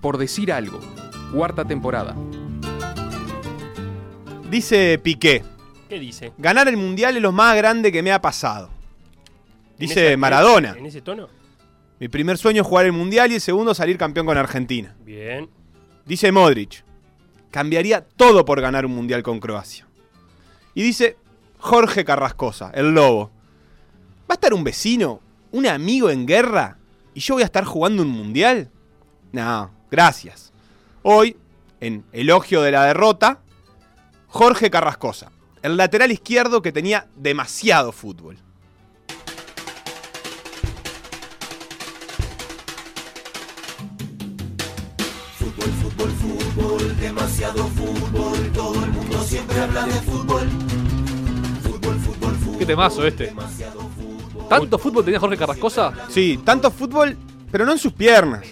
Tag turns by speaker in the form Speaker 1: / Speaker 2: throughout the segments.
Speaker 1: Por decir algo, cuarta temporada.
Speaker 2: Dice Piqué,
Speaker 3: ¿Qué dice? ¿En
Speaker 2: ganar el Mundial es lo más grande que me ha pasado.
Speaker 3: esa-
Speaker 2: Dice
Speaker 3: en-
Speaker 2: Maradona,
Speaker 3: ¿En ese tono?
Speaker 2: mi primer sueño es jugar el Mundial y el segundo salir campeón con Argentina.
Speaker 3: Bien.
Speaker 2: Dice Modric, cambiaría todo por ganar un Mundial con Croacia. Y dice Jorge Carrascosa, el lobo, ¿va a estar un vecino, un amigo en guerra y yo voy a estar jugando un Mundial? No, gracias. Hoy, en Elogio de la Derrota, Jorge Carrascosa, el lateral izquierdo que tenía demasiado fútbol.
Speaker 4: Qué temazo este. ¿Tanto fútbol tenía Jorge Carrascosa?
Speaker 2: Sí, tanto fútbol, pero no en sus piernas,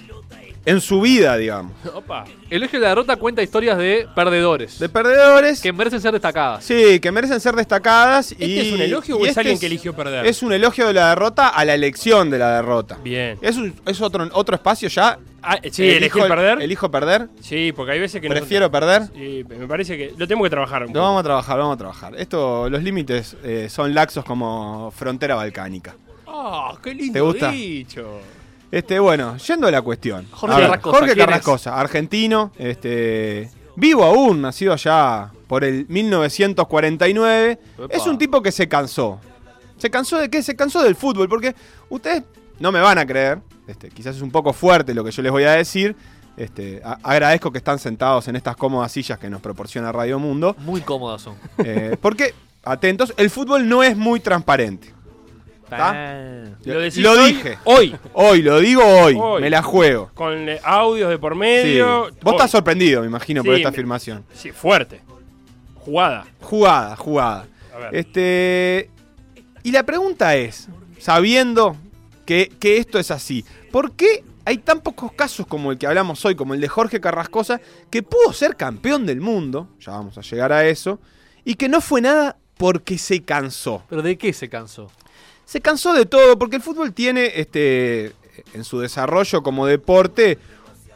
Speaker 2: en su vida, digamos.
Speaker 3: Opa.
Speaker 4: El eje de la derrota cuenta historias de perdedores.
Speaker 2: De perdedores.
Speaker 4: que merecen ser destacadas.
Speaker 2: Sí, que merecen ser destacadas. y,
Speaker 3: ¿Este es un elogio o
Speaker 2: y
Speaker 3: es
Speaker 2: este
Speaker 3: alguien que eligió perder?
Speaker 2: Es un elogio de la derrota a la elección de la derrota.
Speaker 3: Bien.
Speaker 2: Es, un- es otro, otro espacio ya.
Speaker 3: Ah, sí, elegí el perder.
Speaker 2: Elijo perder.
Speaker 3: Sí, porque hay veces que no-
Speaker 2: Prefiero perder.
Speaker 3: Sí, me parece que lo tengo que trabajar. un
Speaker 2: Lo
Speaker 3: poco.
Speaker 2: vamos a trabajar, vamos a trabajar. Esto, los límites eh, son laxos como frontera balcánica.
Speaker 3: Ah, qué lindo
Speaker 2: ¿Te gusta?
Speaker 3: dicho.
Speaker 2: Este, bueno, yendo a la cuestión.
Speaker 4: Jorge
Speaker 2: A ver,
Speaker 4: Carrascosa,
Speaker 2: Jorge
Speaker 4: ¿quién es?
Speaker 2: Carrascosa, argentino, este, vivo aún, nacido allá por el 1949.
Speaker 4: Epa.
Speaker 2: Es un tipo que se cansó. ¿Se cansó de qué? Se cansó del fútbol, porque ustedes no me van a creer. Este, quizás es un poco fuerte lo que yo les voy a decir. Este, a- agradezco que están sentados en estas cómodas sillas que nos proporciona Radio Mundo.
Speaker 4: Muy cómodas son.
Speaker 2: eh, porque, atentos, el fútbol no es muy transparente.
Speaker 4: Ah.
Speaker 3: Lo decís
Speaker 2: Lo
Speaker 3: hoy-
Speaker 2: dije.
Speaker 3: Hoy.
Speaker 2: Hoy, lo digo
Speaker 3: Hoy.
Speaker 2: hoy. me la juego.
Speaker 3: Con eh, audios de por
Speaker 2: Sí.
Speaker 3: medio.
Speaker 2: Vos
Speaker 3: Hoy.
Speaker 2: estás sorprendido, me imagino, por
Speaker 3: Sí,
Speaker 2: esta
Speaker 3: me-
Speaker 2: afirmación.
Speaker 3: Sí, fuerte. Jugada.
Speaker 2: Jugada, jugada.
Speaker 3: A ver.
Speaker 2: Este. Y la pregunta es: sabiendo que, que esto es así, ¿por qué hay tan pocos casos como el que hablamos hoy, como el de Jorge Carrascosa, que pudo ser campeón del mundo? Ya vamos a llegar a eso. Y que no fue nada porque se cansó.
Speaker 4: ¿Pero de qué se cansó?
Speaker 2: se cansó de todo, porque el fútbol tiene este, en su desarrollo como deporte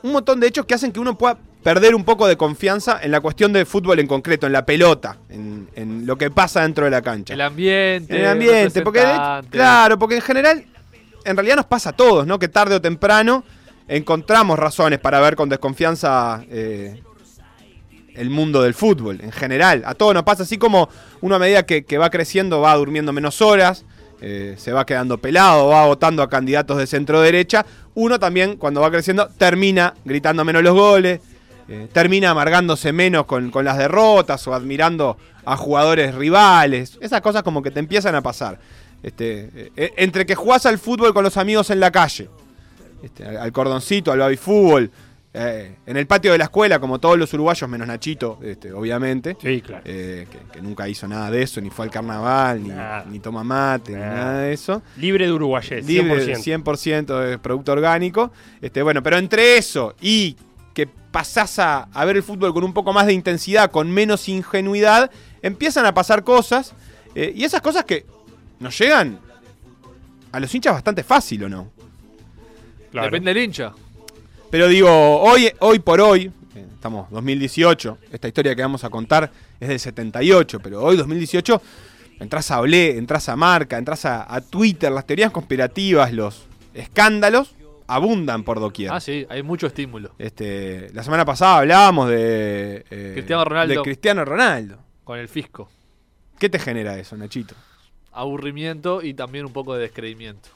Speaker 2: un montón de hechos que hacen que uno pueda perder un poco de confianza en la cuestión de fútbol en concreto, en la pelota, en, en lo que pasa dentro de la cancha.
Speaker 4: El ambiente.
Speaker 2: En el ambiente, porque
Speaker 4: representantes.
Speaker 2: claro, porque en general, en realidad nos pasa a todos, ¿no? Que tarde o temprano encontramos razones para ver con desconfianza eh, el mundo del fútbol, en general. A todos nos pasa así como uno a medida que, que va creciendo va durmiendo menos horas. eh, se va quedando pelado, va votando a candidatos de centro derecha. Uno también, cuando va creciendo, termina gritando menos los goles, eh, termina amargándose menos con, con las derrotas o admirando a jugadores rivales. Esas cosas como que te empiezan a pasar. Este, eh, eh, entre que jugás al fútbol con los amigos en la calle, este, al, al cordoncito, al baby fútbol, eh, en el patio de la escuela, como todos los uruguayos, menos Nachito, este, obviamente,
Speaker 3: Sí, claro.
Speaker 2: eh, que, que nunca hizo nada de eso, ni fue al carnaval, ni,
Speaker 3: Nada.
Speaker 2: ni toma mate, ni
Speaker 3: Nada. Eh,
Speaker 2: nada de eso.
Speaker 3: Libre de uruguayés, 100%.
Speaker 2: Libre 100% de producto orgánico. Este, bueno, pero entre eso y que pasás a, a ver el fútbol con un poco más de intensidad, con menos ingenuidad, empiezan a pasar cosas. eh, y esas cosas que nos llegan a los hinchas bastante fácil, ¿o no?
Speaker 3: Claro.
Speaker 4: Depende del hincha.
Speaker 2: Pero digo, hoy, hoy por hoy, eh, estamos 2018, esta historia que vamos a contar es del 78, pero hoy 2018 entras a Olé, entras a Marca, entras a, a Twitter, las teorías conspirativas, los escándalos abundan por doquier.
Speaker 4: Ah, sí, hay mucho estímulo.
Speaker 2: Este, la semana pasada hablábamos de, eh,
Speaker 4: Cristiano Ronaldo.
Speaker 2: de Cristiano Ronaldo.
Speaker 4: Con el fisco.
Speaker 2: ¿Qué te genera eso, Nachito?
Speaker 4: Aburrimiento y también un poco de descreimiento.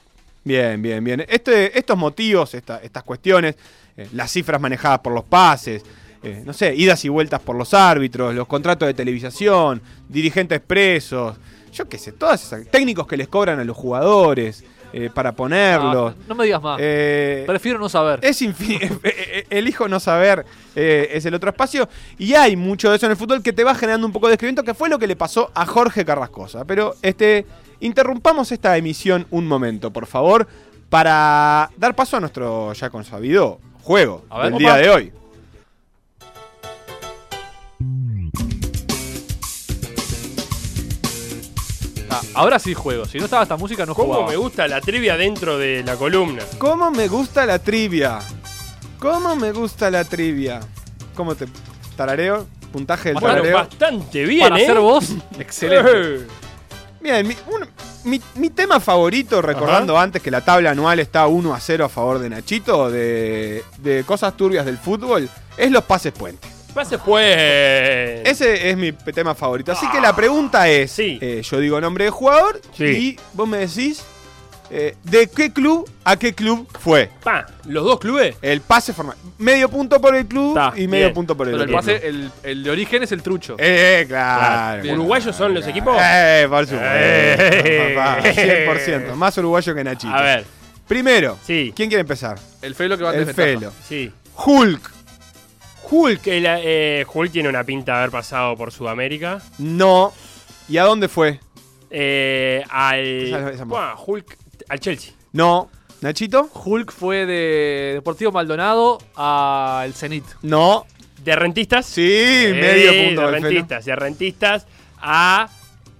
Speaker 2: Bien, bien, bien. Este, estos motivos, esta- estas cuestiones, eh, las cifras manejadas por los pases, eh, no sé, idas y vueltas por los árbitros, los contratos de televisación, dirigentes presos, yo qué sé, todas esas técnicos que les cobran a los jugadores eh, para ponerlos.
Speaker 4: Ah, no me digas más.
Speaker 2: Eh,
Speaker 4: Prefiero no saber.
Speaker 2: es infin- eh, elijo no saber, eh, es el otro espacio. Y hay mucho de eso en el fútbol que te va generando un poco de descrimiento, que fue lo que le pasó a Jorge Carrascosa. Pero este, interrumpamos esta emisión un momento, por favor, para dar paso a nuestro ya consabido juego
Speaker 4: A ver,
Speaker 2: del
Speaker 4: opa.
Speaker 2: día de hoy.
Speaker 4: Ah, ahora sí juego. Si no estaba esta música, no
Speaker 3: ¿Cómo
Speaker 4: jugaba.
Speaker 3: me gusta la trivia dentro de la columna?
Speaker 2: ¿Cómo me gusta la trivia? ¿Cómo me gusta la trivia? ¿Cómo te tarareo? Puntaje del
Speaker 3: Bueno,
Speaker 2: tarareo.
Speaker 3: bastante bien,
Speaker 4: Para
Speaker 3: ¿eh?
Speaker 4: ser vos,
Speaker 3: Excelente.
Speaker 2: Bien, mi, un- mi- mi tema favorito, recordando antes que la tabla anual está 1 a 0 a favor de Nachito, de, de cosas turbias del fútbol, es los pases puentes.
Speaker 3: Pase pues.
Speaker 2: Ese es mi p- tema favorito. Así que la pregunta es:
Speaker 3: Ah. Sí.
Speaker 2: eh, yo digo nombre de jugador
Speaker 3: Sí.
Speaker 2: y vos me decís eh, de qué club a qué club fue.
Speaker 3: Pa, los dos clubes.
Speaker 2: El pase formal. Medio punto por el club
Speaker 3: Está,
Speaker 2: y medio
Speaker 3: bien.
Speaker 2: punto por el
Speaker 4: pero el
Speaker 2: otro
Speaker 4: pase,
Speaker 2: club.
Speaker 4: el, el de origen es el trucho.
Speaker 2: Eh, eh, claro.
Speaker 4: Bien.
Speaker 3: ¿Uruguayos son los equipos?
Speaker 2: Eh, por supuesto.
Speaker 3: Eh.
Speaker 2: papá, 100%. Más uruguayo que Nachito.
Speaker 3: A ver,
Speaker 2: Primero,
Speaker 3: Sí.
Speaker 2: ¿quién quiere empezar?
Speaker 4: El felo que va a
Speaker 2: El Felo.
Speaker 3: sí.
Speaker 2: Hulk.
Speaker 3: Hulk. el, eh, Hulk tiene una pinta de haber pasado por Sudamérica.
Speaker 2: No. ¿Y a dónde fue?
Speaker 3: Eh,
Speaker 2: Esa-
Speaker 3: al.
Speaker 2: esa
Speaker 3: Buah, Hulk. Al Chelsea.
Speaker 2: No. ¿Nachito?
Speaker 4: Hulk fue de Deportivo Maldonado al Zenit.
Speaker 2: No.
Speaker 3: De rentistas.
Speaker 2: Sí,
Speaker 3: Eh,
Speaker 2: medio punto.
Speaker 3: De
Speaker 2: del Felo.
Speaker 3: rentistas. De rentistas a.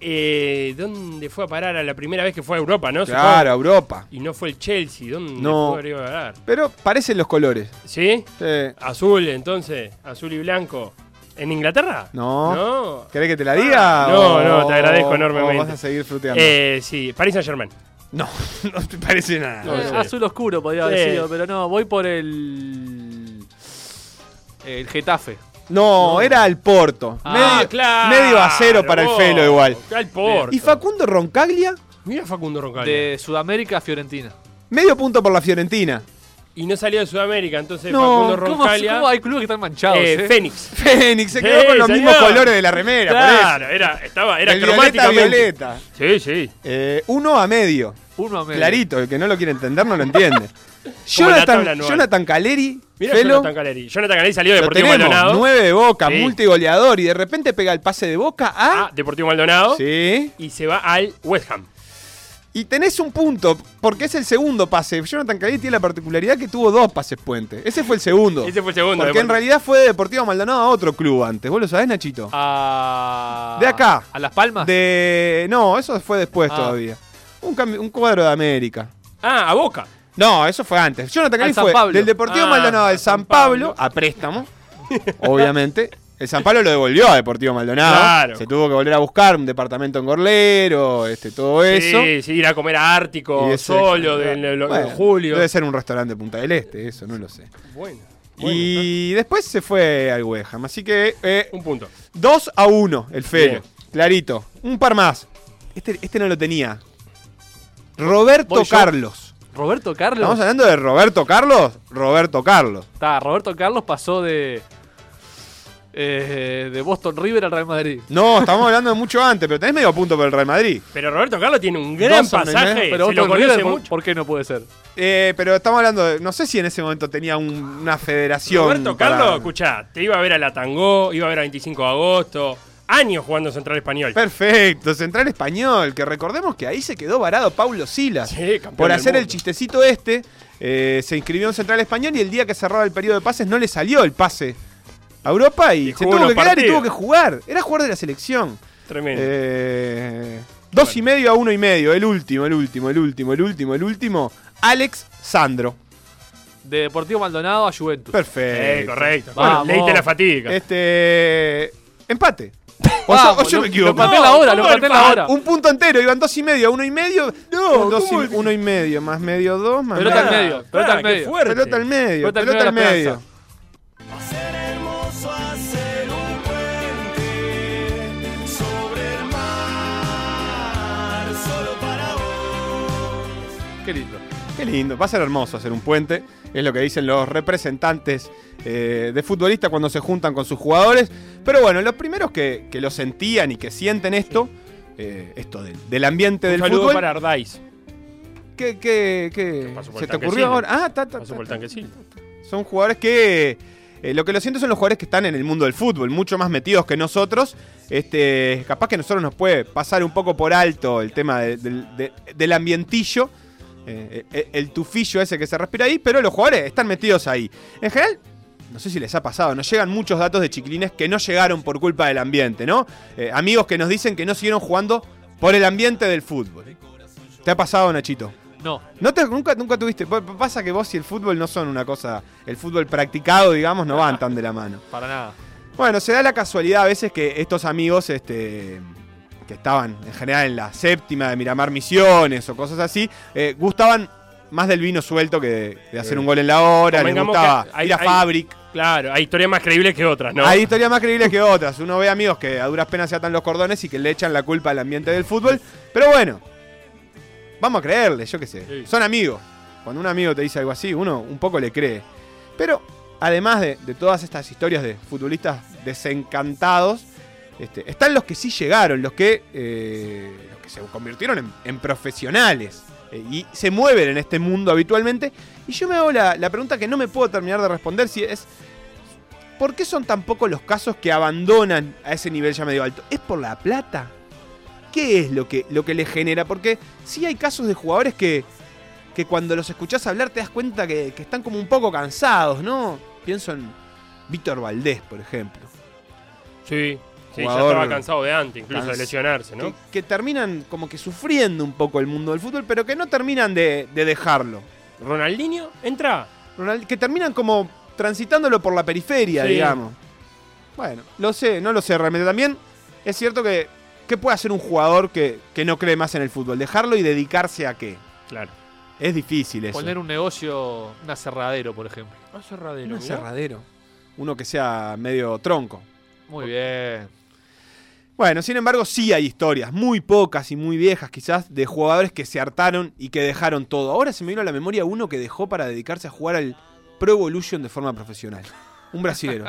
Speaker 3: eh, ¿Dónde fue a parar? A la primera vez que fue a Europa, ¿no? Supongo.
Speaker 2: Claro, Europa.
Speaker 3: Y no fue el Chelsea. ¿Dónde
Speaker 2: No.
Speaker 3: pudo haber ido a parar?
Speaker 2: Pero parecen los colores.
Speaker 3: ¿Sí?
Speaker 2: Sí.
Speaker 3: Azul, entonces. Azul y blanco. ¿En Inglaterra?
Speaker 2: No.
Speaker 3: No.
Speaker 2: ¿Querés que te la diga?
Speaker 3: Ah, no,
Speaker 2: ¿O-
Speaker 3: no, te agradezco
Speaker 2: o
Speaker 3: enormemente.
Speaker 2: vas a seguir fruteando.
Speaker 3: Eh, sí, Paris Saint Germain.
Speaker 2: No, no te parece nada.
Speaker 3: No,
Speaker 4: Eh,
Speaker 3: sí.
Speaker 4: Azul oscuro podría haber
Speaker 3: Sí.
Speaker 4: sido, pero no, voy por el. El Getafe.
Speaker 2: No, era el Porto.
Speaker 4: Ah,
Speaker 2: medio, medio a cero para el
Speaker 3: vos.
Speaker 2: Felo igual.
Speaker 3: Al Porto.
Speaker 2: Y Facundo Roncaglia,
Speaker 3: Mira Facundo Roncaglia.
Speaker 4: De Sudamérica a Fiorentina.
Speaker 2: medio punto por la Fiorentina.
Speaker 3: Y no salió de Sudamérica, entonces
Speaker 2: No,
Speaker 3: Facundo
Speaker 4: ¿Cómo,
Speaker 3: Roncaglia.
Speaker 4: cómo hay clubes que están manchados?
Speaker 3: eh,
Speaker 4: eh?
Speaker 3: Fénix.
Speaker 2: Fénix se quedó
Speaker 3: Sí,
Speaker 2: con los
Speaker 3: señor.
Speaker 2: mismos colores de la remera. por eso.
Speaker 3: Claro, era, estaba, era
Speaker 2: Del violeta a
Speaker 3: cromáticamente.
Speaker 2: violeta.
Speaker 3: Sí, sí.
Speaker 2: Eh, uno a medio.
Speaker 4: Uno a medio.
Speaker 2: Clarito, el que no lo quiere entender no lo entiende.
Speaker 3: la tabla
Speaker 2: Jonathan,
Speaker 3: anual.
Speaker 2: Jonathan Caleri,
Speaker 3: Mira
Speaker 2: Felo,
Speaker 3: Jonathan Caleri. Jonathan Caleri salió de
Speaker 2: lo
Speaker 3: Deportivo
Speaker 2: tenemos,
Speaker 3: Maldonado.
Speaker 2: nueve de Boca,
Speaker 3: Sí.
Speaker 2: multigoleador, y de repente pega el pase de Boca a...
Speaker 3: a Ah, Deportivo Maldonado.
Speaker 2: Sí.
Speaker 3: Y se va al West Ham.
Speaker 2: Y tenés un punto, porque es el segundo pase. Jonathan Caleri tiene la particularidad que tuvo dos pases puente. Ese fue el segundo.
Speaker 3: Ese fue el segundo.
Speaker 2: Oh. Porque en
Speaker 3: Depor-
Speaker 2: realidad fue de Deportivo Maldonado a otro club antes. ¿Vos lo sabés,
Speaker 3: Ah,
Speaker 2: Nachito?
Speaker 4: A...
Speaker 2: De acá.
Speaker 4: ¿A Las Palmas?
Speaker 2: De... No, eso fue después
Speaker 4: Ah.
Speaker 2: todavía. Un, cambio- un cuadro de América.
Speaker 3: Ah, a Boca.
Speaker 2: No, eso fue antes. Jonathan Caleri
Speaker 4: San
Speaker 2: fue
Speaker 4: Pablo.
Speaker 2: del Deportivo
Speaker 3: Ah,
Speaker 2: Maldonado al
Speaker 3: al San
Speaker 2: San Pablo,
Speaker 3: Pablo.
Speaker 2: a préstamo, obviamente. El San Pablo lo devolvió a Deportivo Maldonado.
Speaker 3: Claro.
Speaker 2: Se tuvo que volver a buscar un departamento en Gorlero, este, todo eso.
Speaker 3: Sí, sí, ir a comer a Ártico
Speaker 2: Y ese-
Speaker 3: solo de, de- de-
Speaker 2: Bueno,
Speaker 3: en julio.
Speaker 2: Debe ser un restaurante de Punta del Este, eso, no lo sé.
Speaker 3: Bueno, bueno,
Speaker 2: y después se fue al West Ham. Así que eh,
Speaker 3: está. un punto.
Speaker 2: 2 a 1 el Felo.
Speaker 3: Bien.
Speaker 2: Clarito. Un par más. Este, este no lo tenía. Roberto
Speaker 4: Voy yo.
Speaker 2: Carlos.
Speaker 4: Roberto Carlos.
Speaker 2: ¿Estamos hablando de Roberto Carlos? Roberto Carlos.
Speaker 4: Está, Roberto Carlos pasó de. eh, de Boston River al Real Madrid.
Speaker 2: No, estamos hablando de mucho antes, pero tenés medio punto por el Real Madrid.
Speaker 3: Pero Roberto Carlos tiene un gran
Speaker 2: Dos a menos,
Speaker 3: pasaje.
Speaker 4: Pero
Speaker 3: se lo
Speaker 4: Boston
Speaker 3: conoce
Speaker 4: River, ¿por,
Speaker 3: mucho.
Speaker 4: por qué no puede ser?
Speaker 2: Eh, pero estamos hablando de. No sé si en ese momento tenía un- una federación.
Speaker 3: Roberto
Speaker 2: para-
Speaker 3: Carlos, escuchá, te iba a ver a la Tangó, iba a ver a 25 de agosto, años jugando Central Español.
Speaker 2: Perfecto, Central Español, que recordemos que ahí se quedó varado Paulo Silas.
Speaker 3: Sí, campeón
Speaker 2: Por
Speaker 3: del
Speaker 2: hacer el
Speaker 3: mundo.
Speaker 2: chistecito este, eh, se inscribió en Central Español y el día que cerraba el periodo de pases no le salió el pase a Europa y,
Speaker 3: Y
Speaker 2: se
Speaker 3: jugó
Speaker 2: tuvo
Speaker 3: unos
Speaker 2: que quedar y
Speaker 3: partidos.
Speaker 2: tuvo que jugar. Era jugador de la selección.
Speaker 3: Tremendo.
Speaker 2: Eh, dos y medio a uno y medio, el último, el último, el último, el último, el último. Alex Sandro.
Speaker 4: De Deportivo Maldonado a Juventus.
Speaker 2: Perfecto.
Speaker 3: Sí, Eh, correcto.
Speaker 4: Vamos.
Speaker 3: Bueno, leíste la fatiga.
Speaker 2: Este. Empate. O, yo- o
Speaker 4: Vamos,
Speaker 2: yo
Speaker 4: lo-
Speaker 2: me equivoco.
Speaker 4: Lo pateé la hora,
Speaker 3: No,
Speaker 4: lo
Speaker 3: ¿cómo
Speaker 4: pateé
Speaker 3: el
Speaker 4: la
Speaker 3: pa-
Speaker 4: hora.
Speaker 2: Un punto entero, iban dos y medio, uno y medio. No, dos y, uno y medio, más medio dos, más
Speaker 4: Pelota
Speaker 2: medio.
Speaker 4: al medio, pelota al medio.
Speaker 3: Ah, fuerte.
Speaker 2: Pelota al medio,
Speaker 4: Pelota al
Speaker 2: pelota al
Speaker 4: medio de la
Speaker 2: medio.
Speaker 4: esperanza.
Speaker 5: Va a ser hermoso hacer un puente sobre el mar, solo para vos.
Speaker 4: Qué lindo.
Speaker 2: Qué lindo, va a ser hermoso hacer un puente. Es lo que dicen los representantes eh, de futbolistas cuando se juntan con sus jugadores. Pero bueno, los primeros que, que lo sentían y que sienten esto, eh, esto del, del ambiente del
Speaker 3: Saludo
Speaker 2: fútbol.
Speaker 3: para Ardaiz.
Speaker 2: ¿Qué, qué, qué?
Speaker 3: pasó por
Speaker 2: se te
Speaker 3: el tanque
Speaker 2: ocurrió
Speaker 3: Silva.
Speaker 2: ahora? Ah, ta, ta,
Speaker 3: Pasó
Speaker 2: ta,
Speaker 3: por el
Speaker 2: ta.
Speaker 3: tanquecito.
Speaker 2: Son jugadores que. eh, lo que lo siento son los jugadores que están en el mundo del fútbol, mucho más metidos que nosotros. Este, capaz que a nosotros nos puede pasar un poco por alto el tema de- del- de- del ambientillo, eh, eh, el tufillo ese que se respira ahí, pero los jugadores están metidos ahí. En general, no sé si les ha pasado, nos llegan muchos datos de chiquilines que no llegaron por culpa del ambiente, ¿no? Eh, amigos que nos dicen que no siguieron jugando por el ambiente del fútbol. ¿Te ha pasado, Nachito?
Speaker 4: No.
Speaker 2: ¿No te- nunca, nunca tuviste. pa- pa- Pasa que vos y el fútbol no son una cosa. El fútbol practicado, digamos, no van tan de la mano.
Speaker 4: Para nada.
Speaker 2: Bueno, se da la casualidad a veces que estos amigos, este. que estaban en general en la séptima de Miramar Misiones o cosas así, eh, gustaban más del vino suelto que de, de hacer un gol en la hora, les
Speaker 3: Convengamos
Speaker 2: gustaba
Speaker 3: que hay-
Speaker 2: ir a
Speaker 3: hay-
Speaker 2: Fabric.
Speaker 3: Claro, hay historias más creíbles que otras, ¿no?
Speaker 2: Hay historias más creíbles que otras. Uno ve amigos que a duras penas se atan los cordones y que le echan la culpa al ambiente del fútbol. Pero bueno, vamos a creerle, yo qué sé.
Speaker 3: Sí.
Speaker 2: Son amigos. Cuando un amigo te dice algo así, uno un poco le cree. Pero además de, de todas estas historias de futbolistas desencantados, este, están los que sí llegaron, los que, eh, los que se convirtieron en, en profesionales eh, y se mueven en este mundo habitualmente. Y yo me hago la, la pregunta que no me puedo terminar de responder si es... ¿Por qué son tan pocos los casos que abandonan a ese nivel ya medio alto? ¿Es por la plata? ¿Qué es lo que, lo que le genera? Porque sí hay casos de jugadores que, que cuando los escuchás hablar te das cuenta que, que están como un poco cansados, ¿no? Pienso en Víctor Valdés, por ejemplo.
Speaker 3: Sí, sí, ya
Speaker 2: Jugador-
Speaker 3: estaba cansado de antes, incluso de
Speaker 2: Cans-
Speaker 3: lesionarse, ¿no?
Speaker 2: Que, que terminan como que sufriendo un poco el mundo del fútbol, pero que no terminan de, de dejarlo.
Speaker 3: Ronaldinho entra.
Speaker 2: Ronald- que terminan como transitándolo por la periferia,
Speaker 3: Sí.
Speaker 2: digamos. Bueno, lo sé, no lo sé realmente. También es cierto que, ¿qué puede hacer un jugador que, que no cree más en el fútbol? ¿Dejarlo y dedicarse a qué?
Speaker 3: Claro.
Speaker 2: Es difícil eso.
Speaker 4: Poner un negocio, un aserradero, por ejemplo.
Speaker 3: Ah, cerradero,
Speaker 2: Un
Speaker 3: mirá.
Speaker 2: aserradero. Uno que sea medio tronco.
Speaker 4: Muy bien.
Speaker 2: Bueno, sin embargo, sí hay historias, muy pocas y muy viejas quizás, de jugadores que se hartaron y que dejaron todo. Ahora se me vino a la memoria uno que dejó para dedicarse a jugar al Pro Evolution de forma profesional. Un brasilero.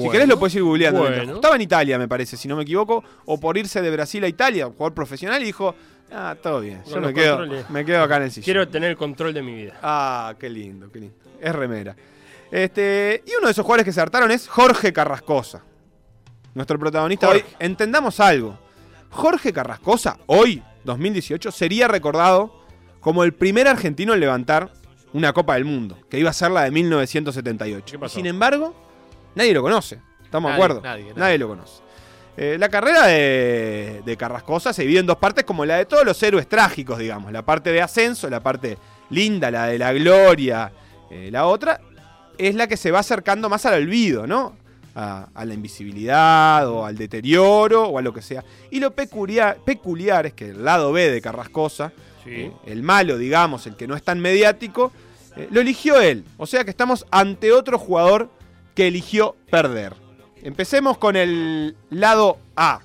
Speaker 2: Si querés lo podés ir googleando.
Speaker 3: Bueno.
Speaker 2: mientras. Estaba en Italia, me parece, si no me equivoco, o por irse de Brasil a Italia, un jugador profesional, y dijo, ah, todo bien, yo
Speaker 3: Con
Speaker 2: me
Speaker 3: los
Speaker 2: quedo,
Speaker 3: controles.
Speaker 2: me quedo acá en el sillón.
Speaker 3: Quiero tener el control de mi vida.
Speaker 2: Ah, qué lindo, qué lindo. Es remera. Este, y uno de esos jugadores que se hartaron es Jorge Carrascosa. Nuestro protagonista hoy. Entendamos algo. Jorge Carrascosa, hoy, 2018, sería recordado como el primer argentino en levantar una Copa del Mundo, que iba a ser la de 1978.
Speaker 3: ¿Qué pasó?
Speaker 2: Sin embargo, nadie lo conoce. ¿Estamos de
Speaker 4: Nadie,
Speaker 2: acuerdo?
Speaker 4: nadie, nadie.
Speaker 2: lo conoce. Eh, la carrera de, de Carrascosa se divide en dos partes, como la de todos los héroes trágicos, digamos. La parte de ascenso, la parte linda, la de la gloria. eh, la otra es la que se va acercando más al olvido, ¿no? A, a la invisibilidad o al deterioro o a lo que sea. Y lo peculiar, peculiar es que el lado B de Carrascosa,
Speaker 3: Sí.
Speaker 2: eh, el malo, digamos, el que no es tan mediático, eh, lo eligió él. O sea que estamos ante otro jugador que eligió perder. Empecemos con el lado A.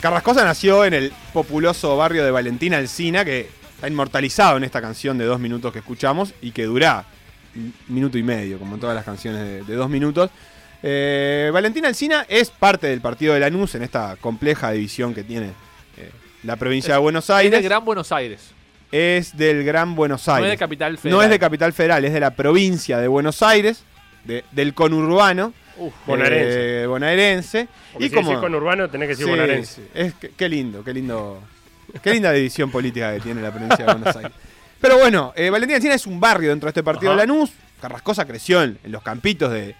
Speaker 2: Carrascosa nació en el populoso barrio de Valentina Alsina, que está inmortalizado en esta canción de dos minutos que escuchamos y que dura un minuto y medio, como en todas las canciones de, de dos minutos. Eh, Valentina Alsina es parte del partido de Lanús en esta compleja división que tiene eh, la provincia de Buenos
Speaker 4: Es
Speaker 2: Aires.
Speaker 4: de Gran Buenos Aires.
Speaker 2: es del Gran Buenos Aires.
Speaker 4: No es de Capital Federal.
Speaker 2: No es de Capital Federal, es de la provincia de Buenos Aires, de- del conurbano.
Speaker 4: Uf,
Speaker 3: Bonaerense.
Speaker 2: eh, bonaerense.
Speaker 3: Porque si decís con Urbano, tenés que decir
Speaker 2: Sí,
Speaker 3: bonaerense.
Speaker 2: sí. Es, que- qué lindo, qué lindo. Qué linda división política que tiene la provincia de Buenos Aires. Pero bueno, eh, Valentina Alsina es un barrio dentro de este partido
Speaker 3: Ajá.
Speaker 2: de Lanús. Carrascosa creció en, en los campitos de,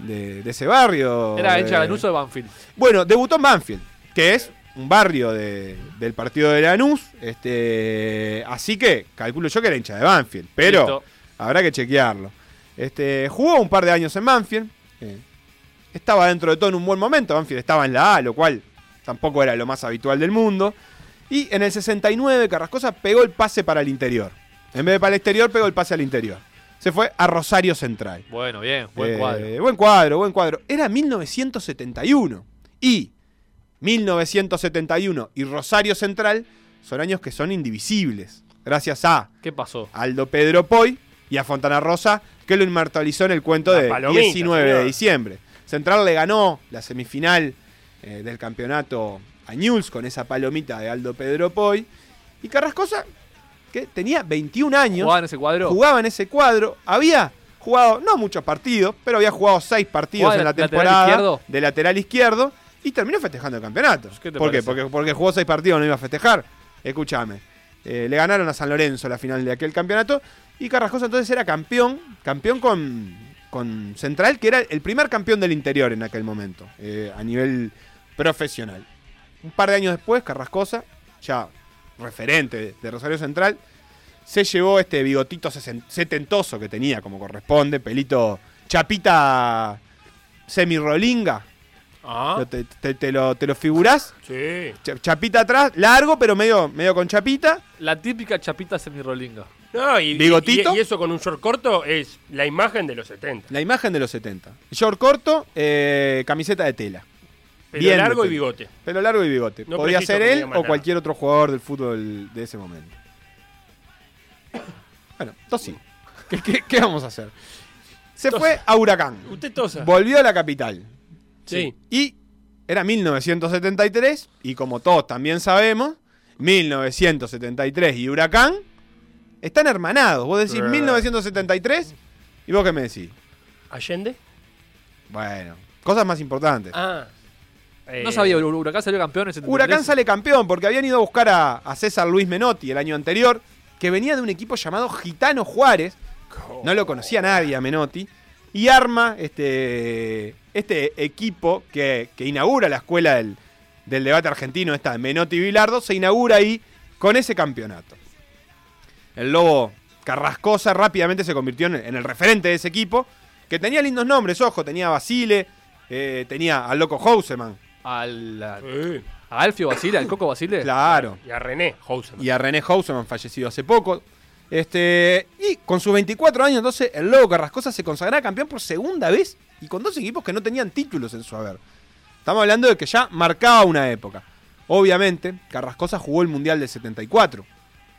Speaker 2: de- de ese barrio. eh,
Speaker 4: Era
Speaker 2: de-
Speaker 4: hecha Ganuso de Banfield.
Speaker 2: Bueno, debutó en Banfield, que es un barrio de- del partido de Lanús. Este, así que calculo yo que era hincha de Banfield. Pero.
Speaker 4: Listo.
Speaker 2: Habrá que chequearlo. Este, jugó un par de años en Banfield. eh, estaba dentro de todo en un buen momento. Banfield estaba en la A, lo cual tampoco era lo más habitual del mundo. Y en el 69 Carrascosa pegó el pase para el interior. En vez de para el exterior, pegó el pase al interior. Se fue a Rosario Central.
Speaker 4: Bueno, bien, buen
Speaker 2: Eh,
Speaker 4: cuadro.
Speaker 2: Buen cuadro, buen cuadro. Era 1971. Y 1971 y Rosario Central son años que son indivisibles. Gracias a
Speaker 4: ¿Qué pasó?
Speaker 2: Aldo Pedro Poi y a Fontana Rosa, que lo inmortalizó en el cuento
Speaker 3: La
Speaker 2: de
Speaker 3: palomita,
Speaker 2: 19 de
Speaker 3: señor.
Speaker 2: diciembre. Central le ganó la semifinal eh, del campeonato a Newell's con esa palomita de Aldo Pedro Poi. Y Carrascosa, que tenía 21 años,
Speaker 4: ¿Jugaba en ese cuadro?
Speaker 2: jugaba en ese cuadro, había jugado no muchos partidos, pero había jugado seis partidos
Speaker 4: ¿Jugaba de
Speaker 2: en la
Speaker 4: lateral
Speaker 2: temporada
Speaker 4: izquierdo?
Speaker 2: de lateral izquierdo y terminó festejando el campeonato.
Speaker 4: Pues, ¿Qué te
Speaker 2: ¿Por qué?
Speaker 4: parece?
Speaker 2: Porque, porque jugó seis partidos, no iba a festejar. Escúchame. Eh, le ganaron a San Lorenzo la final de aquel campeonato. Y Carrascosa entonces era campeón, campeón con, con Central, que era el primer campeón del interior en aquel momento, eh, a nivel profesional. Un par de años después, Carrascosa, ya referente de- de Rosario Central, se llevó este bigotito sesen- setentoso que tenía, como corresponde, pelito chapita semi-rolinga.
Speaker 3: Ah,
Speaker 2: Lo- Te, te- te lo, ¿Te lo figurás?
Speaker 3: sí.
Speaker 2: Cha- Chapita atrás, largo, pero medio, medio con chapita.
Speaker 4: La típica chapita semirrolinga.
Speaker 3: No, y,
Speaker 2: ¿Bigotito?
Speaker 3: y- y eso con un short corto es la imagen de los 70.
Speaker 2: La imagen de los 70. Short corto, eh, camiseta de tela.
Speaker 3: Pero
Speaker 2: Bien
Speaker 3: largo y
Speaker 2: de
Speaker 3: bigote.
Speaker 2: Pelo largo y bigote.
Speaker 3: No
Speaker 2: Podía
Speaker 3: preciso
Speaker 2: ser
Speaker 3: que
Speaker 2: él
Speaker 3: diga más
Speaker 2: o
Speaker 3: nada.
Speaker 2: cualquier otro jugador del fútbol de ese momento. Bueno, tosí. ¿Qué, qué, qué vamos a hacer? Se
Speaker 3: Tos.
Speaker 2: fue a Huracán.
Speaker 3: Usted tosa.
Speaker 2: Volvió a la capital.
Speaker 3: Sí.
Speaker 2: Y era 1973, y como todos también sabemos, 1973 y Huracán están hermanados. Vos decís
Speaker 3: Eh.
Speaker 2: 1973, y vos qué me decís.
Speaker 3: ¿Allende?
Speaker 2: Bueno, cosas más importantes.
Speaker 3: Ah.
Speaker 4: No
Speaker 3: Eh,
Speaker 4: sabía, Hur- Huracán salió campeón en 73.
Speaker 2: Huracán sale campeón porque habían ido a buscar a, a César Luis Menotti el año anterior, que venía de un equipo llamado Gitano Juárez. No lo conocía nadie a Menotti. Y arma este, este equipo que, que inaugura la escuela del, del debate argentino, esta de Menotti y Bilardo, se inaugura ahí con ese campeonato. El Lobo Carrascosa rápidamente se convirtió en, en el referente de ese equipo, que tenía lindos nombres, ojo, tenía a Basile, eh, tenía al Loco Houseman,
Speaker 4: Al, a,
Speaker 3: sí.
Speaker 4: a Alfio Basile, al Coco Basile.
Speaker 2: claro.
Speaker 3: Y a René Houseman.
Speaker 2: y a René Hauseman, fallecido hace poco. Este, y con sus 24 años, entonces, el Lobo Carrascosa se consagrará campeón por segunda vez y con dos equipos que no tenían títulos en su haber. Estamos hablando de que ya marcaba una época. Obviamente, Carrascosa jugó el Mundial del 74.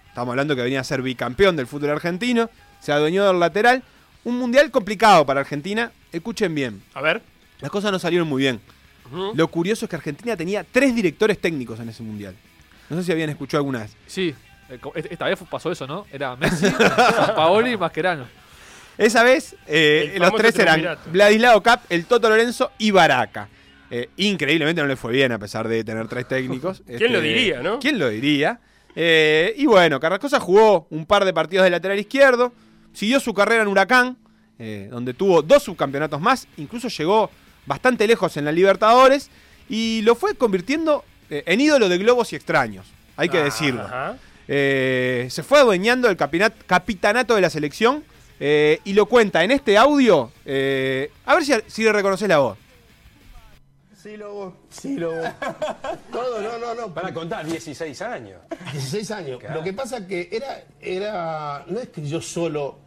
Speaker 2: Estamos hablando que venía a ser bicampeón del fútbol argentino, se adueñó del lateral. Un Mundial complicado para Argentina. Escuchen bien,
Speaker 3: A ver.
Speaker 2: las cosas no salieron muy bien.
Speaker 3: Ujú.
Speaker 2: Lo curioso es que Argentina tenía tres directores técnicos en ese Mundial. No sé si habían escuchado alguna vez.
Speaker 4: Sí, eh, co- esta vez pasó eso, ¿no? Era Messi, Paoli y Mascherano.
Speaker 2: Esa vez eh,
Speaker 3: El
Speaker 2: los
Speaker 3: famoso
Speaker 2: tres eran
Speaker 3: triunvirato.
Speaker 2: Vladislao Cap, el Toto Lorenzo y Baraca. Eh, increíblemente no le fue bien a pesar de tener tres técnicos. Este,
Speaker 3: ¿Quién lo diría, no?
Speaker 2: ¿Quién lo diría? Eh, y bueno, Carrascosa jugó un par de partidos de lateral izquierdo, siguió su carrera en Huracán, eh, donde tuvo dos subcampeonatos más, incluso llegó bastante lejos en la Libertadores y lo fue convirtiendo eh, en ídolo de globos y extraños, hay que decirlo.
Speaker 3: Ah, Ajá.
Speaker 2: Eh, se fue adueñando del capina- capitanato de la selección eh, y lo cuenta en este audio. eh, a ver si, si le reconoces la voz.
Speaker 6: Sí, lobo. Sí, lobo. Todo, no, no, no.
Speaker 7: Para contar, 16 años.
Speaker 6: 16 años.
Speaker 7: Claro.
Speaker 6: Lo que pasa que era, era. No es que yo solo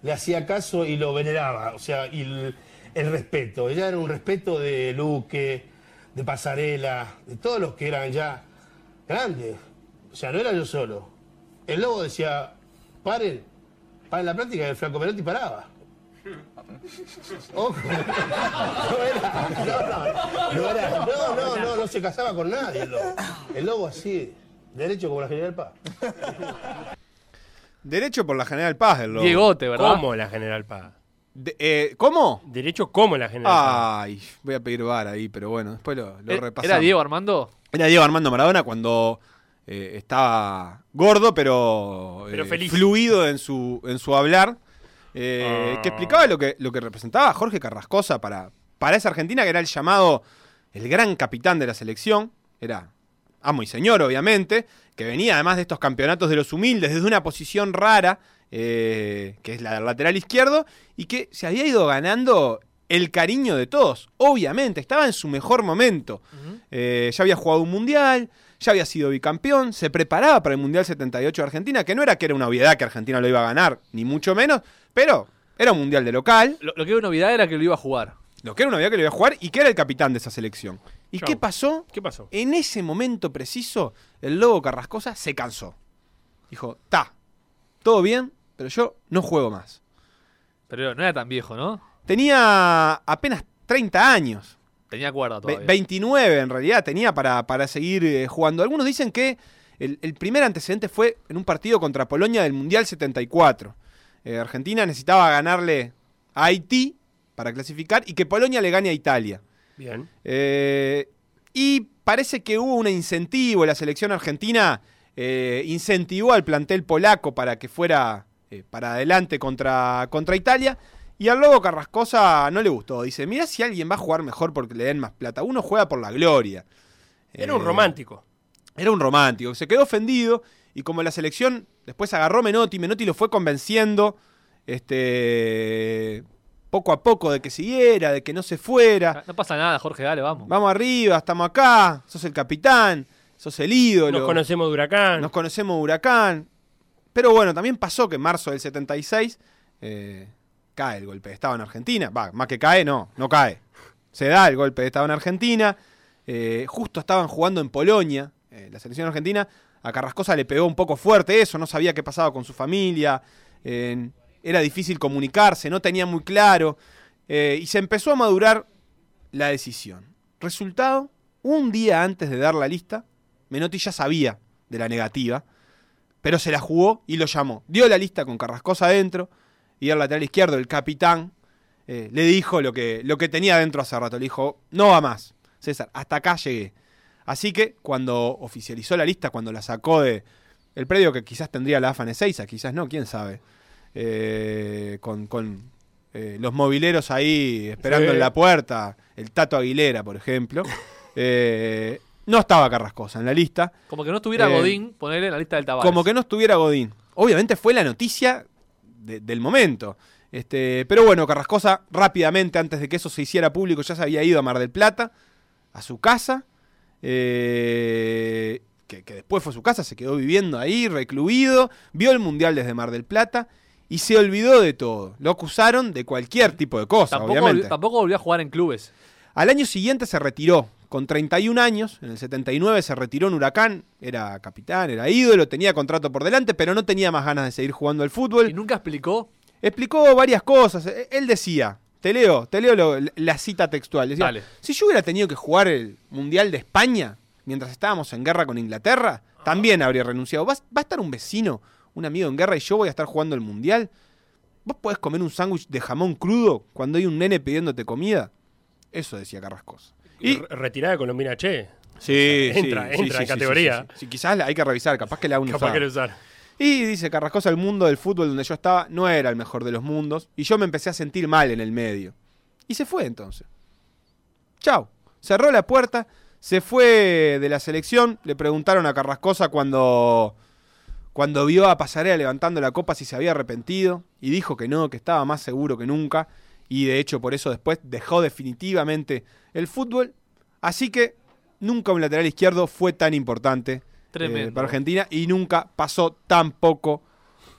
Speaker 6: le hacía caso y lo veneraba. O sea, y el, el respeto. Ella era un respeto de Luque, de Pasarela, de todos los que eran ya grandes. O sea, no era yo solo. El lobo decía, paren, paren la práctica y el flaco Menotti paraba. Ojo. No era, no, no, no era, no, no, no, no se casaba con nadie el lobo. El lobo así, derecho como la General Paz.
Speaker 2: Derecho por la General Paz, el lobo.
Speaker 4: Diegote, ¿verdad?
Speaker 3: Como la General Paz.
Speaker 2: De- eh, ¿Cómo?
Speaker 3: Derecho como la General Paz.
Speaker 2: Ay, voy a pedir bar ahí, pero bueno, después lo, lo
Speaker 4: Eh,
Speaker 2: repasamos.
Speaker 4: ¿Era Diego Armando?
Speaker 2: Era Diego Armando Maradona cuando eh, estaba gordo, pero,
Speaker 3: Pero
Speaker 2: eh,
Speaker 3: feliz.
Speaker 2: fluido en su, en su hablar. eh,
Speaker 3: Ah.
Speaker 2: Que explicaba lo que, lo que representaba Jorge Carrascosa para, para esa Argentina, que era el llamado el gran capitán de la selección. Era amo y señor, obviamente, que venía además de estos campeonatos de los humildes, desde una posición rara, eh, que es la del lateral izquierdo, y que se había ido ganando el cariño de todos, obviamente, estaba en su mejor momento. Eh, ya había jugado un mundial, ya había sido bicampeón, se preparaba para el Mundial 78 de Argentina, que no era que era una obviedad que Argentina lo iba a ganar, ni mucho menos, pero era un mundial de local,
Speaker 4: Lo, lo que era novedad era que lo iba a jugar.
Speaker 2: lo que era una obviedad que lo iba a jugar y que era el capitán de esa selección. ¿Y
Speaker 3: Chau.
Speaker 2: qué pasó?
Speaker 3: ¿Qué pasó?
Speaker 2: En ese momento preciso, el lobo Carrascosa se cansó. Dijo, ta, todo bien, pero yo no juego más.
Speaker 4: Pero no era tan viejo, ¿no?
Speaker 2: Tenía apenas 30 años,
Speaker 4: Tenía cuerda
Speaker 2: ve-
Speaker 4: todavía.
Speaker 2: 29 en realidad tenía para, para seguir eh, jugando. Algunos dicen que el, el primer antecedente fue en un partido contra Polonia del Mundial 74. Eh, Argentina necesitaba ganarle a Haití para clasificar y que Polonia le gane a Italia.
Speaker 3: Bien.
Speaker 2: Eh, y parece que hubo un incentivo en la selección argentina eh, incentivó al plantel polaco para que fuera eh, para adelante contra, contra Italia. Y al Lobo Carrascosa no le gustó. Dice, mira si alguien va a jugar mejor porque le den más plata. Uno juega por la gloria.
Speaker 3: Era un
Speaker 2: Eh,
Speaker 3: romántico.
Speaker 2: era un romántico. Se quedó ofendido y como la selección después agarró Menotti, Menotti lo fue convenciendo este, poco a poco de que siguiera, de que no se fuera.
Speaker 4: Ah, No pasa nada, Jorge, dale, vamos.
Speaker 2: Vamos arriba, estamos acá, sos el capitán, sos el ídolo.
Speaker 3: Nos conocemos de Huracán.
Speaker 2: Eh, Nos conocemos de Huracán. Pero bueno, también pasó que en marzo del 76 eh, cae el golpe de Estado en Argentina. Va, más que cae, no, no cae. Se da el golpe de Estado en Argentina. Eh, justo estaban jugando en Polonia, eh, la selección argentina. A Carrascosa le pegó un poco fuerte eso, no sabía qué pasaba con su familia. eh, era difícil comunicarse, no tenía muy claro. eh, y se empezó a madurar la decisión. Resultado, un día antes de dar la lista, Menotti ya sabía de la negativa, pero se la jugó y lo llamó. Dio la lista con Carrascosa adentro y el lateral izquierdo, el capitán, eh, le dijo lo que, lo que tenía adentro hace rato. Le dijo, no va más, César, hasta acá llegué. Así que cuando oficializó la lista, cuando la sacó de el predio que quizás tendría la AFA en Ezeiza, quizás no, quién sabe, eh, con, con, eh, los mobileros ahí esperando
Speaker 3: Sí.
Speaker 2: en la puerta, el Tato Aguilera, por ejemplo, eh, no estaba Carrascosa en la lista.
Speaker 4: Como que no estuviera
Speaker 2: Eh,
Speaker 4: Godín, ponerle en la lista del tabaco.
Speaker 2: Como que no estuviera Godín. Obviamente fue la noticia de- del momento. Este, pero bueno, Carrascosa rápidamente, antes de que eso se hiciera público, ya se había ido a Mar del Plata, a su casa, eh, que, que después fue su casa, se quedó viviendo ahí, recluido, vio el Mundial desde Mar del Plata y se olvidó de todo. Lo acusaron de cualquier tipo de cosa,
Speaker 4: tampoco,
Speaker 2: obviamente.
Speaker 4: volvió, tampoco volvió a jugar en clubes.
Speaker 2: Al año siguiente se retiró, con 31 años, en el 79 se retiró en Huracán, era capitán, era ídolo, tenía contrato por delante, pero no tenía más ganas de seguir jugando al
Speaker 4: Y
Speaker 2: fútbol.
Speaker 4: nunca explicó.
Speaker 2: Explicó varias cosas, e- él decía, te leo, te leo lo- la cita textual, decía,
Speaker 4: Dale.
Speaker 2: si yo hubiera tenido que jugar el Mundial de España mientras estábamos en guerra con Inglaterra, también habría renunciado. ¿Va, va a estar un vecino, un amigo en guerra y yo voy a estar jugando el Mundial? ¿Vos podés comer un sándwich de jamón crudo cuando hay un nene pidiéndote comida? Eso decía Carrascosa.
Speaker 3: Y
Speaker 2: Y
Speaker 3: re- retirada de Colombina Che.
Speaker 2: Sí,
Speaker 3: Entra- entra en categoría.
Speaker 2: sí, sí. Sí, quizás la- hay que revisar, capaz que la uno
Speaker 3: Capaz
Speaker 2: sabe.
Speaker 3: que lo usar.
Speaker 2: Y dice Carrascosa, el mundo del fútbol donde yo estaba no era el mejor de los mundos y yo me empecé a sentir mal en el medio. Y se fue entonces. Chao. Cerró la puerta, se fue de la selección, le preguntaron a Carrascosa cuando cuando vio a Pasarela levantando la copa si se había arrepentido y dijo que no, que estaba más seguro que nunca y de hecho por eso después dejó definitivamente el fútbol. Así que nunca un lateral izquierdo fue tan importante
Speaker 4: Tremendo.
Speaker 2: eh, para Argentina y nunca pasó tan poco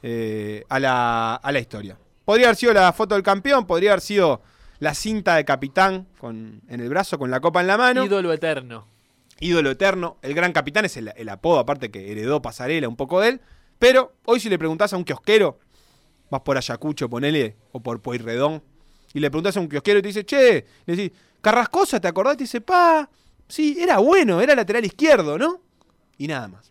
Speaker 2: eh, a, la, a la historia. Podría haber sido la foto del campeón, podría haber sido la cinta de capitán con, en el brazo con la copa en la mano
Speaker 4: Ídolo eterno.
Speaker 2: ídolo eterno, el gran capitán es el, el apodo, aparte que heredó Pasarela un poco de él. Pero hoy, si le preguntás a un kiosquero, vas por Ayacucho, ponele, o por Pueyrredón, y le preguntás a un kiosquero y te dice, che, le decís, Carrascosa, ¿te acordás? Y te dice, pa, sí, era bueno, era lateral izquierdo, ¿no? Y nada más.